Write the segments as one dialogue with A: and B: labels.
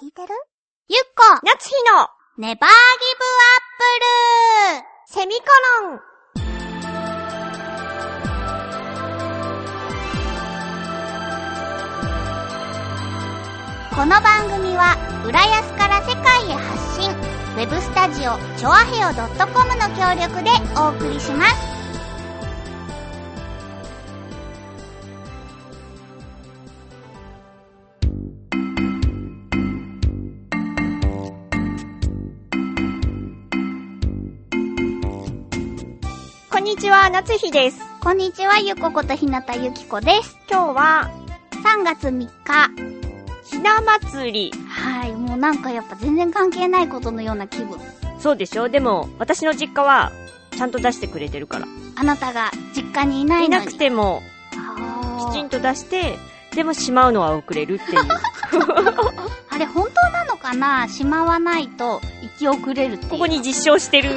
A: 聞いてるゆっこ
B: 夏日の
A: ネバーギブアップル
B: セミコロン
A: この番組は浦安から世界へ発信ウェブスタジオチョアヘオ .com の協力でお送りします
B: こんにちは、夏日です。
A: こんにちはゆこことひなたゆきこです
B: 今日は、
A: 3月3日
B: ひな祭り。
A: はいもうなんかやっぱ全然関係ないことのような気分
B: そうでしょでも、私の実家は、ちゃんと出してくれてるから。
A: あなたが実家にいない
B: い
A: のに
B: なくても、
A: あー
B: きちんと出して、でもしまうのは遅れるっていう。
A: あれ本当なのかなしまわないと生き遅れるっていう
B: ここに実証して る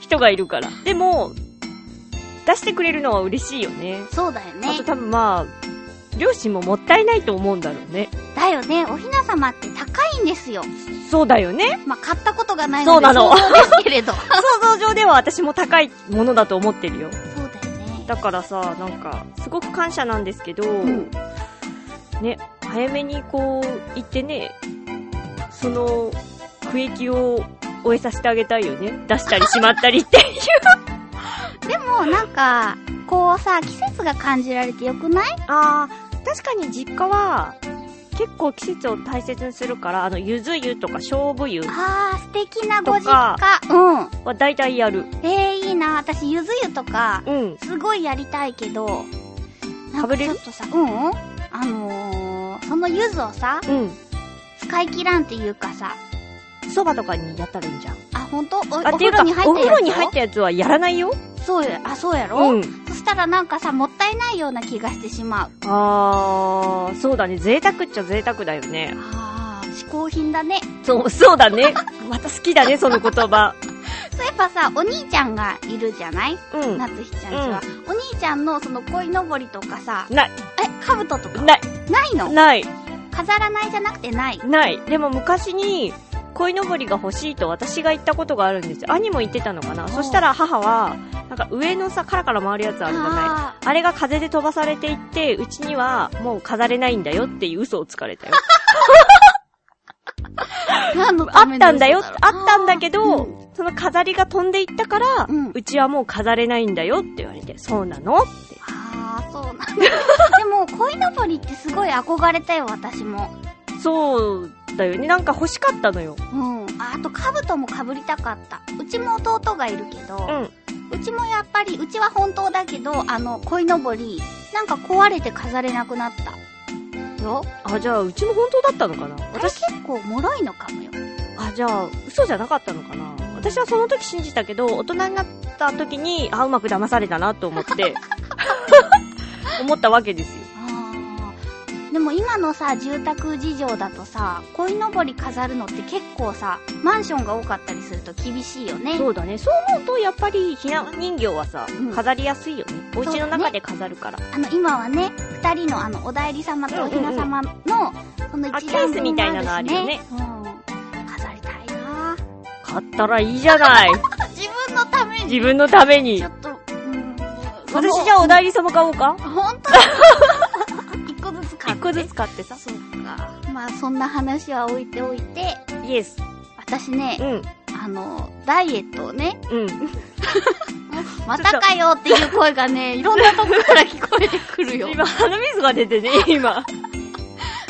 B: 人がいるから。でも、出してくれるのは嬉しいよね。
A: そうだよね
B: あと多分まあ、両親ももったいないと思うんだろうね。
A: だよねおひな様って高いんですよ
B: そうだよ ね。
A: まあ買ったことがないので
B: そうなの
A: 想像ですけれ どそ
B: 想像上では私も高いものだと思ってるよ。
A: うだよね
B: だからさ、なんか、すごく感謝なんですけど、
A: ん
B: ね、早めにこう、行ってね、その、区域を終えさせてあげたいよね。出したりしまったりっていう。
A: でもなんかこうさ季節が感じられてよくない
B: あー確かに実家は結構季節を大切にするからあのゆず湯とか勝負湯
A: あー素敵なご実
B: とか
A: 家うん
B: は大体やる
A: えー、いいな私ゆず湯とか
B: うん
A: すごいやりたいけどなん
B: か
A: か
B: ぶ
A: ち
B: れ
A: ょ
B: る
A: っとさうんあのー、そのゆずをさ
B: うん
A: 使い切らんっていうかさ
B: そばとかにやったらいいんじゃん
A: あ、ほんとおお
B: あ
A: 風呂に入って
B: お風呂に入
A: っ
B: ったやつはやらないよ
A: そうや、あ、そうやろ、
B: うん
A: そしたらなんかさ、もったいないような気がしてしまう。
B: あーそうだね贅沢っちゃ贅沢だよね
A: ああ、嗜好品だね。
B: そうそうだねまた好きだねその言葉
A: そういえばさ、お兄ちゃんがいるじゃない
B: うん
A: 夏日ちゃんちは、お兄ちゃんのその鯉のぼりとかさ、
B: ない
A: え、兜とか
B: ない
A: ないの
B: ない
A: 飾らないじゃなくてない。
B: ないでも昔に鯉のぼりが欲しいと私が言ったことがあるんですよ兄も言ってたのかなそしたら母はなんか上のさカラカラ回るやつあるじゃない
A: あ
B: あれが風で飛ばされていってうちにはもう飾れないんだよっていう嘘をつかれた よ
A: ー何の
B: あ
A: ため
B: っ
A: の
B: た
A: 嘘
B: んだよ
A: ろう
B: あったんだけど、
A: うん
B: その飾りが飛んでいったから、
A: う
B: うんちはもう飾れないんだよって言われてそうなのって
A: あー、そうなんだ。でも、鯉のぼりってすごい憧れたよ、私も。
B: そうだよねなんか欲しかったのよ
A: うん。ああと、兜も被りたかった。うちも弟がいるけど、
B: うん
A: うちもやっぱり、うちは本当だけど、あの、鯉のぼり、なんか壊れて飾れなくなった。よ
B: あじゃあうちも本当だったのかな
A: 私結構脆いのかもよ。
B: あ、じゃあ、嘘じゃなかったのかな私はその時信じたけど、大人になった時に、あ、うまく騙されたなと 思って、思ったわけですよ。
A: あーでも今のさ、住宅事情だとさ、鯉のぼり飾るのって結構さ、マンションが多かったりすると厳しいよね。
B: そうだね。そう思うと、やっぱり、ひな人形はさ
A: うん、
B: 飾りやすいよね。お家の中で飾るから。
A: あの、今はね、二人のあの、お代理様とおひな様の、その
B: あ
A: 一
B: ケ
A: 覧
B: ー
A: 組
B: ス
A: も
B: みたいなのあるよ
A: あるしね。
B: ね
A: うん。飾りたいなぁ
B: 買ったらいいじゃ ない。
A: 自分のために、
B: 自分のために
A: ちょ。っと、うん。
B: 私じゃあお代理様買おうか
A: あ、ほんと 一個ずつ買って。
B: 一個ずつ買ってさ。
A: そうか。まあ、そんな話は置いておいて、
B: イエス。
A: 私ね
B: う、ん。
A: あの、ダイエットをね、
B: うん。
A: またかよっていう声がね、いろんなとこから聞こえてくる よ。
B: 今、鼻水が出てね、 今。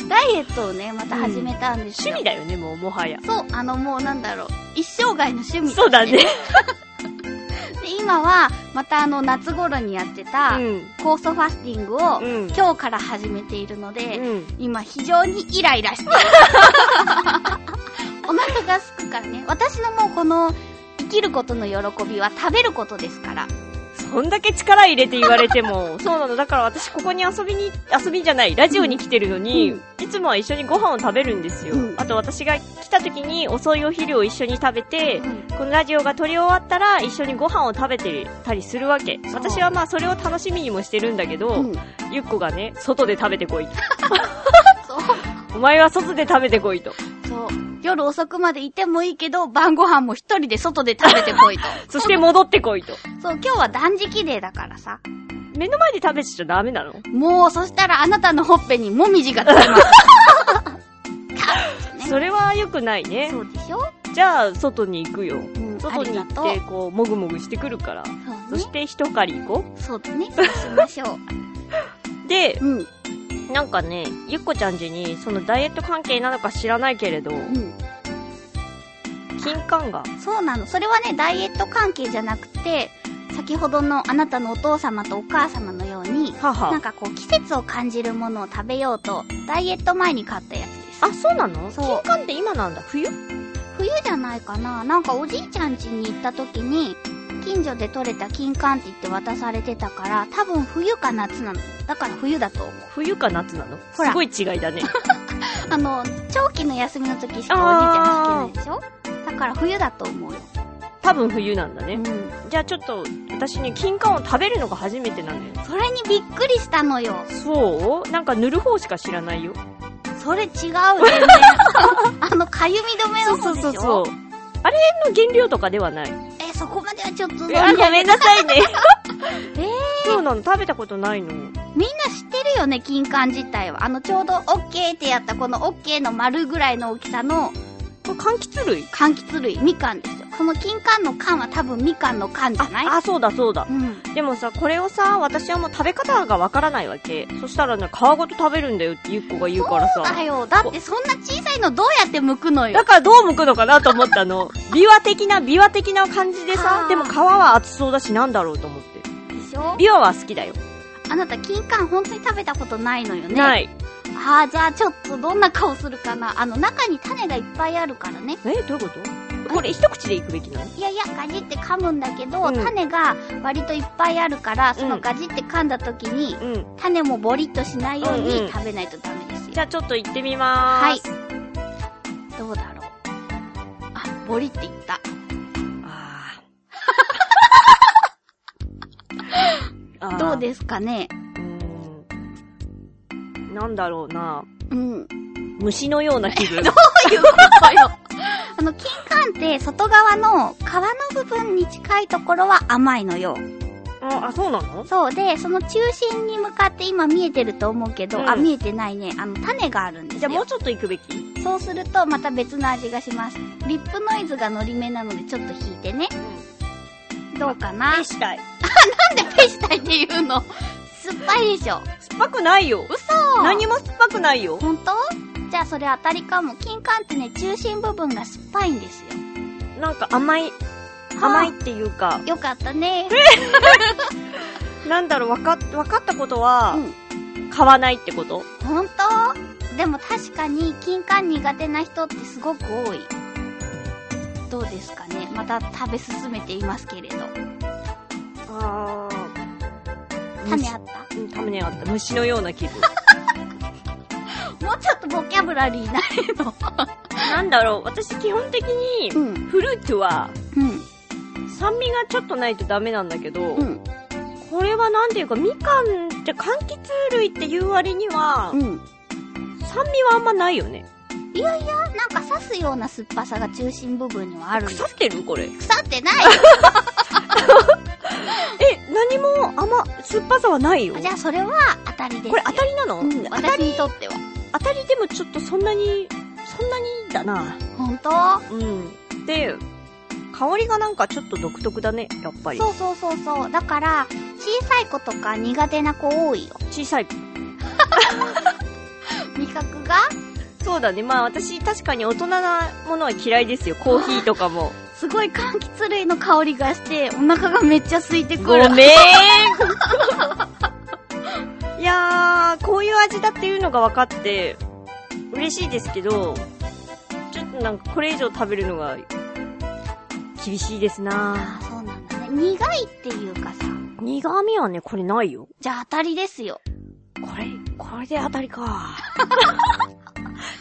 A: ダイエットをね、また始めたんです
B: 趣
A: よ。
B: 味だよね、もう、もはや。
A: そう、あの、もうなんだろう。一生涯の趣味として。
B: そうだね。
A: で今は、またあの、夏頃にやってた
B: う、ん。
A: 酵素ファスティングを、
B: うん。
A: 今日から始めているので、
B: うん。
A: 今非常にイライラしてる。 お腹が空くからね。私のもうこの、生きることの喜びは食べることですから。
B: そんだけ力入れて言われ ても、そうなの。だから私ここに遊びに、遊びじゃない、ラジオに来てるのに、
A: うん
B: いつもは一緒にご飯を食べるんですよ。
A: うん
B: あと私が来た時に遅いお昼を一緒に食べて、
A: うん
B: このラジオが撮り終わったら一緒にご飯を食べてたりするわけ
A: そう。
B: 私はまあそれを楽しみにもしてるんだけど、
A: うん
B: ゆっこがね、外で食べてこい。
A: そう。
B: お前は外で食べてこいと。
A: そう。夜遅くまでいてもいいけど、晩ご飯も一人で外で食べて こいと。
B: そして戻ってこいと。
A: そう、今日は断食デーだからさ。
B: 目の前で食べちゃダメなの
A: もう、そしたらあなたのほっぺにもみじがつきます。
B: それは良くないね
A: そ。うでしょ
B: じゃあ、外に行くよ。
A: うん
B: 外に行っ
A: あ
B: て
A: り、
B: こう、もぐもぐしてくるから。
A: そ
B: そうし
A: ね。
B: て、一狩り行こ
A: そうだ ね。そうしましょ
B: う。で、
A: う。うん。
B: なんかね、ゆっこちゃん家に、そのダイエット関係なのか知らないけれど、
A: う
B: 金柑が、
A: ん。そうなの。それはね、ダイエット関係じゃなくて、先ほどのあなたのお父様とお母様のように、な
B: 母
A: ん。かこう、季節を感じるものを食べようと、ダイエット前に買ったやつです。
B: あ、そうなの
A: そう
B: 金柑って今なんだ。冬
A: 冬じゃないかななんかおじいちゃん家に行った時に近所で採れた金柑って言って渡されてたから多分冬か夏なのだから冬だと思う
B: 冬か夏なの
A: ほ
B: す
A: ら
B: ごい違い だね。
A: あの長期の休みの時しかおじいちゃんは聞けないでしょだから冬だと思うよ、
B: 多分冬なんだ
A: う
B: ね
A: ん。、
B: じゃあちょっと、私ね、金柑を食べるのが初めてなのよ。
A: それにびっくりしたのよ
B: そうなんか塗る方しか知らないよ。
A: それ違う全然 あのかゆみ止めの方でしょ
B: う。あれの原料とかではない。
A: えそこまではちょっと
B: あ、ごめんなさいね。
A: えー
B: そうなの、食べたことないの。
A: みんな知ってるよね、金柑自体は。あの、ちょうどオッケーってやった、このオッケーの丸ぐらいの大きさの
B: これ柑橘類
A: 柑橘類、みかんですよ。この金柑の缶は多分みかんの缶じゃない
B: あ、あ、そうだそうだ
A: う。ん。
B: でもさ、これをさ、私はもう食べ方がわからないわけ。そしたらね、皮ごと食べるんだよってゆっこが言うからさ。
A: だよ。だってそんな小さいのどうやって剥くのよ
B: だ。からどう剥くのかなと思ったの。ビワ的な、ビワ的な感じで
A: あ
B: さ
A: ー、
B: でも皮は厚そうだしなんだろうと思って。
A: でしょ
B: ビワは好きだよ。
A: あなた金柑本当に食べたことないのよね。。
B: ないい。
A: ああ、じゃあちょっとどんな顔するかな。あの、中に種がいっぱいあるからね。
B: え、どういうことこれ一口でいくべきなの
A: いやいや、ガジって噛むんだけど、
B: うん
A: 種が割といっぱいあるから、そうの
B: ん
A: ガジって噛んだ時に、
B: うん。
A: 種もボリッとしないよう
B: うんう
A: に
B: ん
A: 食べないとダメですよ。
B: じゃあちょっと行ってみま
A: は
B: ー
A: い
B: す。。
A: どうだろう。あ、ボリって言った。
B: あー あー。
A: どうですかね
B: うーんなんだろうな。
A: うん。ど
B: 虫のような気 分。
A: ういうことよ。あの、金柑って外側の皮の部分に近いところは甘いのよ。
B: あ、あそうなの
A: そうで、その中心に向かって今見えてると思うけど、
B: うん
A: あ、見えてないね。あの、種があるんです
B: じゃあも
A: よ
B: う。ちょっと行くべき
A: そうするとまた別の味がします。リップノイズがのりめなのでちょっと引いてね。どうかな
B: ペしたい。
A: なんでペしたいって言うの酸っぱいでしょ。
B: 酸っぱくないよ。
A: 嘘
B: 何も酸っぱくないよ。
A: 本当じゃあそれ当たりかも。金柑ってね、中心部分が酸っぱいんですよ。
B: なんか甘い、甘いっていうか、
A: よかったね。
B: なんだろう、わか、わかったことは
A: う、ん。
B: 買わないってこと
A: 本当でも確かに金柑苦手な人ってすごく多い。どうですかねまた食べ進めていますけれど。
B: あ
A: 種あった
B: うん、種ねあった。虫のような気分。
A: もうちょっとボキャブラリーないの。
B: なんだろう、私基本的に
A: う、ん。
B: フルーツは、
A: うん。
B: 酸味がちょっとないとダメなんだけど、
A: うん。
B: これはなんていうか、みかんって柑橘類っていう割には、
A: うん。
B: 酸味はあんまないよね。
A: いやいや、なんか刺すような酸っぱさが中心部分にはあるんです
B: 腐ってるこれ。
A: 腐ってない
B: え、何も甘、酸っぱさはないよ。
A: じゃあそれは当たりですよ。
B: これ当たりなの、
A: うん、
B: 当た
A: 私
B: り、
A: にとっては。
B: 当たりでもちょっとそんなに、そんなにだな。
A: 本当
B: うん。で、香りがなんかちょっと独特だね、やっぱり。
A: そうそうそうそう。だから、小さい子とか苦手な子多いよ。
B: 小さい。
A: 味覚が
B: そうだね。まあ私確かに大人なものは嫌いですよ。コーヒーとかも。
A: すごい柑橘類の香りがして、お腹がめっちゃ空いて
B: ご
A: くる。
B: めんいやー、こういう味だっていうのが分かって、嬉しいですけど、ちょっとなんかこれ以上食べるのが、厳しいですな
A: ああ、そうなんだね。苦いっていうかさ。
B: 苦味はね、これないよ。
A: じゃあ当たりですよ。
B: これ、これで当たり か。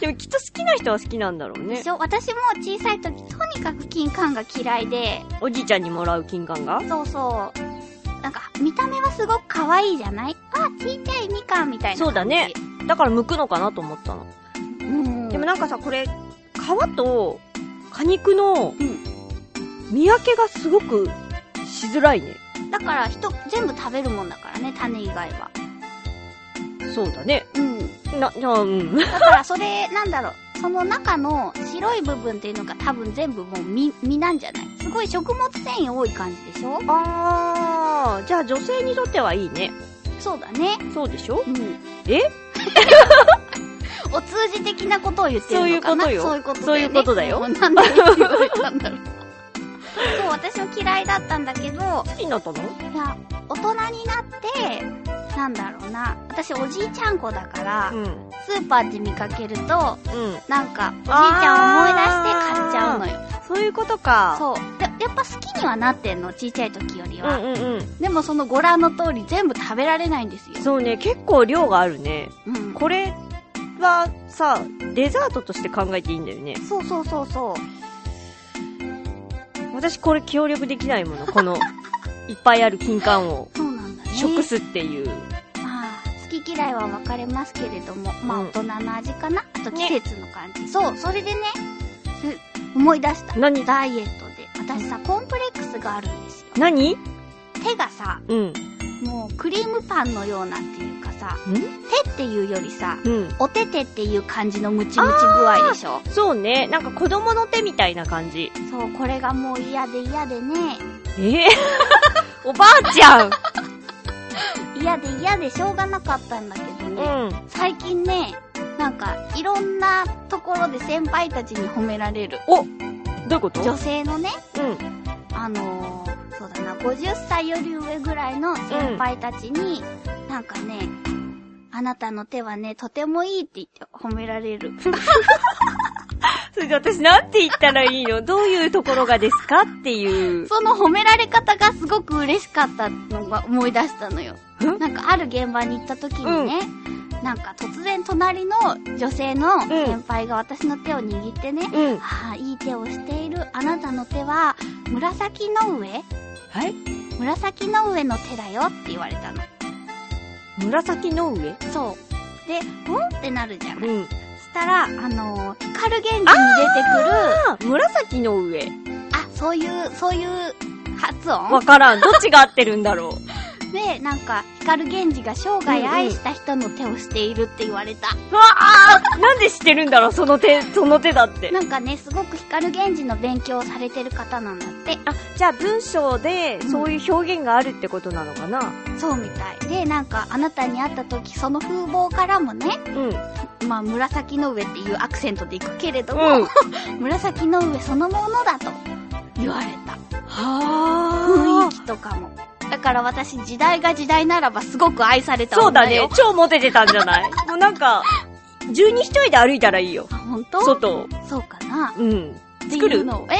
B: でもきっと好きな人は好きなんだろうね
A: 一。応、私も小さい時、とにかく金柑が嫌いで、
B: おじいちゃんにもらう金柑が。
A: そうそう。なんか、見た目はすごく可愛いじゃないあ、ちっちゃいみかんみたいな感じ。
B: そうだねだから剥くのかなと思ったの。
A: うん。
B: でもなんかさ、これ、皮と果肉の
A: うん
B: 見分けがすごくしづらいね。
A: だから人、全部食べるもんだからね、種以外は。
B: そうだね。
A: うん。
B: な、じゃあ、うん。
A: だからそれ、なんだろう、その中の白い部分っていうのが多分全部もう実、実なんじゃないすごい食物繊維多い感じでしょ
B: あー、じゃあ女性にとってはいいね。
A: そうだね。
B: そうでしょ
A: うん。
B: え
A: お通じ的なことを言ってるのかな
B: そういうことよ
A: そういうこと
B: そういうことだよ
A: もうなんで言われたんだろう。そう、私も嫌いだったんだけど、
B: 好きになったの
A: いや、大人になって、なんだろうな。私おじいちゃん子だから、
B: うん。うん。
A: スーパーで見かけると、なんか、おじいちゃんを思い出して買っちゃうのよ。
B: そういうことか。
A: そう。で、やっぱ好きにはなってんの、ちっちゃい時より
B: う
A: は。
B: んうんうん。
A: でもそのご覧の通り全部食べられないんですよ。
B: そうね、結構量があるね。
A: うん。
B: これはさ、デザートとして考えていいんだよね。
A: そうそうそうそう。
B: 私これ協力できないもの、こ の、いっぱいある金柑を
A: そうなんだね。
B: 食すっていう。
A: まあ、好き嫌いは分かれますけれども、まあ
B: うん
A: 大人の味かな。あと季
B: ね
A: 節の感じ。そう、それでね、す思い出した。
B: 何
A: ダイエットで。私さ、コンプレックスがあるんですよ。
B: 何
A: 手がさ、
B: うん。
A: もうクリームパンのようなっていうかさ、手っていうよりさ、
B: うん。
A: おててっていう感じのムチムチ具合でしょ
B: そうね、なんか子供の手みたいな感じ。
A: そう、これがもう嫌で嫌でね、
B: えー、 おばあちゃん
A: 嫌で嫌でしょうがなかったんだけど
B: う
A: ね、
B: ん。
A: 最近ね、なんか、いろんなところで先輩たちに褒められる。
B: おどういうこと
A: 女性のね、
B: うん。
A: あのー、そうだな、50歳より上ぐらいの先輩たちに、なんかね、あなたの手はね、とてもいいって言って褒められる。
B: それで私なんて言ったらいいのどういうところがですかっていう。
A: その褒められ方がすごく嬉しかったのが思い出したのよ。
B: ん
A: なんかある現場に行った時にね、なんか突然隣の女性の先輩が私の手を握ってね、
B: うん。
A: ああ、いい手をしている。あなたの手は、紫の上
B: はい
A: 紫の上の手だよって言われたの。
B: 紫の上
A: そう。で、うんってなるじゃない。
B: ん。
A: したら、あのー光源氏に出
B: あー紫の上。
A: てくる、あそういう、そういう発音
B: わからん。どっちが合ってるんだろう。
A: で、なんか、光源氏が生涯愛した人の手をしているって言われた。
B: うわあなんで知ってるんだろうその手、その手だって。
A: なんかね、すごく光源氏の勉強をされてる方なんだって。
B: あ、じゃあ文章で
A: うん
B: そういう表現があるってことなのかな
A: そうみたい。で、なんか、あなたに会った時、その風貌からもね、
B: うん。
A: まあ、紫の上っていうアクセントでいくけれども、
B: うん。
A: 紫の上そのものだと言われた。雰
B: は
A: 囲気とかも。だから私、時代が時代ならばすごく愛された
B: そうだ
A: 女
B: ね
A: よ。。
B: 超モテてたんじ ゃないもうなんか、十人一人で歩いたらいいよ。
A: あ、本当
B: 外を。
A: そうかな。
B: うん。
A: って
B: 作
A: い
B: る
A: うのをえ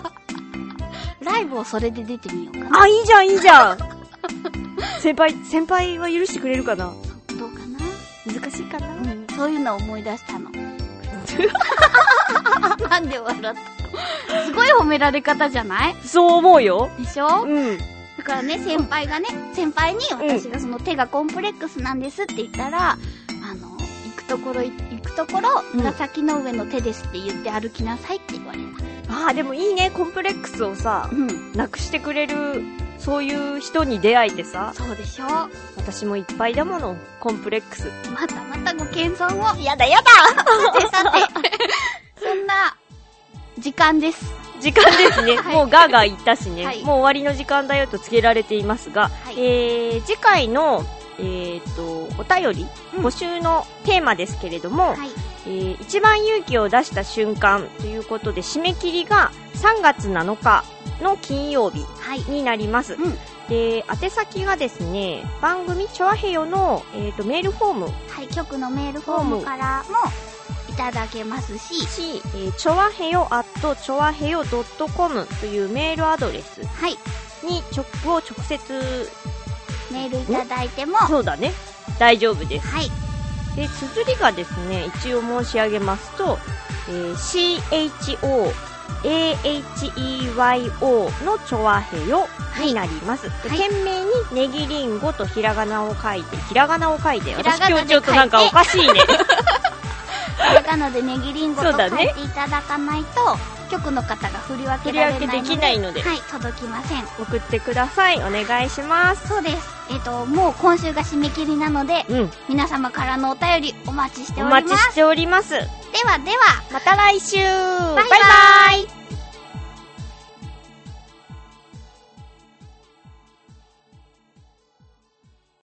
A: ライブをそれで出てみようかな。
B: あ、いいじゃん、いいじ ゃん。先輩、先輩は許してくれるかな
A: どうかな、
B: 難しいかな
A: うん、そういうのを思い出したの。 なんで笑ったのすごい褒められ方じゃない
B: そう思うよ。
A: でしょ
B: うん。
A: だからね、先輩がね、先輩に私がその手がコンプレックスなんですって言ったら、あの、行くところ、行くところ、
B: うん
A: 紫の上の手ですって言って歩きなさいって言われた。
B: ああ、でもいいね、コンプレックスをさ、
A: うん。
B: なくしてくれる、そういう人に出会えてさ、
A: そうでしょま
B: 私もいっぱいだもの、コンプレックス。
A: たまたご謙遜 を。
B: やだやだ
A: さてさて、そんな、時間です。
B: 時間です ね。
A: はい
B: もうガーガー言ったしね、
A: はい
B: もう終わりの時間だよと告げられていますが、
A: はい
B: えー、次回の、えー、と、お便り、
A: うん
B: 募集のテーマですけれども、
A: はい。
B: えー一番勇気を出した瞬間ということで締め切りが3月7日の金曜日
A: はい。
B: になります、
A: うん
B: で宛先がですね番組チョアヘヨの、えー、とメールフォーム
A: はい、局のメールフォームからもいただけますし、
B: し、えー、チョアヘヨ at チョアヘヨ .com というメールアドレス
A: はい、
B: に直を直接
A: メールいただいても、は
B: そうだね大丈夫です
A: い、
B: で綴りがですね一応申し上げますと、えー CHOAHEYO のチョアヘヨになります、で
A: はい
B: 懸命にネギリンゴとひらがなを書いてひらがなを書いて
A: ひら
B: 私
A: がな
B: 今
A: で
B: 日ちょっとなんか
A: 書い
B: お
A: て
B: かしいね
A: あなのでネギリンゴ
B: そ
A: と
B: う
A: 書
B: だ
A: い
B: ね
A: ていただかないと、局の方が振り分けられないので。
B: 振り分けできないので
A: はい、届きません。
B: 送ってください。お願いします。
A: そうです。えっ、と、もう今週が締め切りなので、
B: うん。
A: 皆様からのお便りお待ちして
B: お
A: おり
B: 待ち
A: ます。
B: しております。
A: ではでは、
B: また来週
A: バイバイ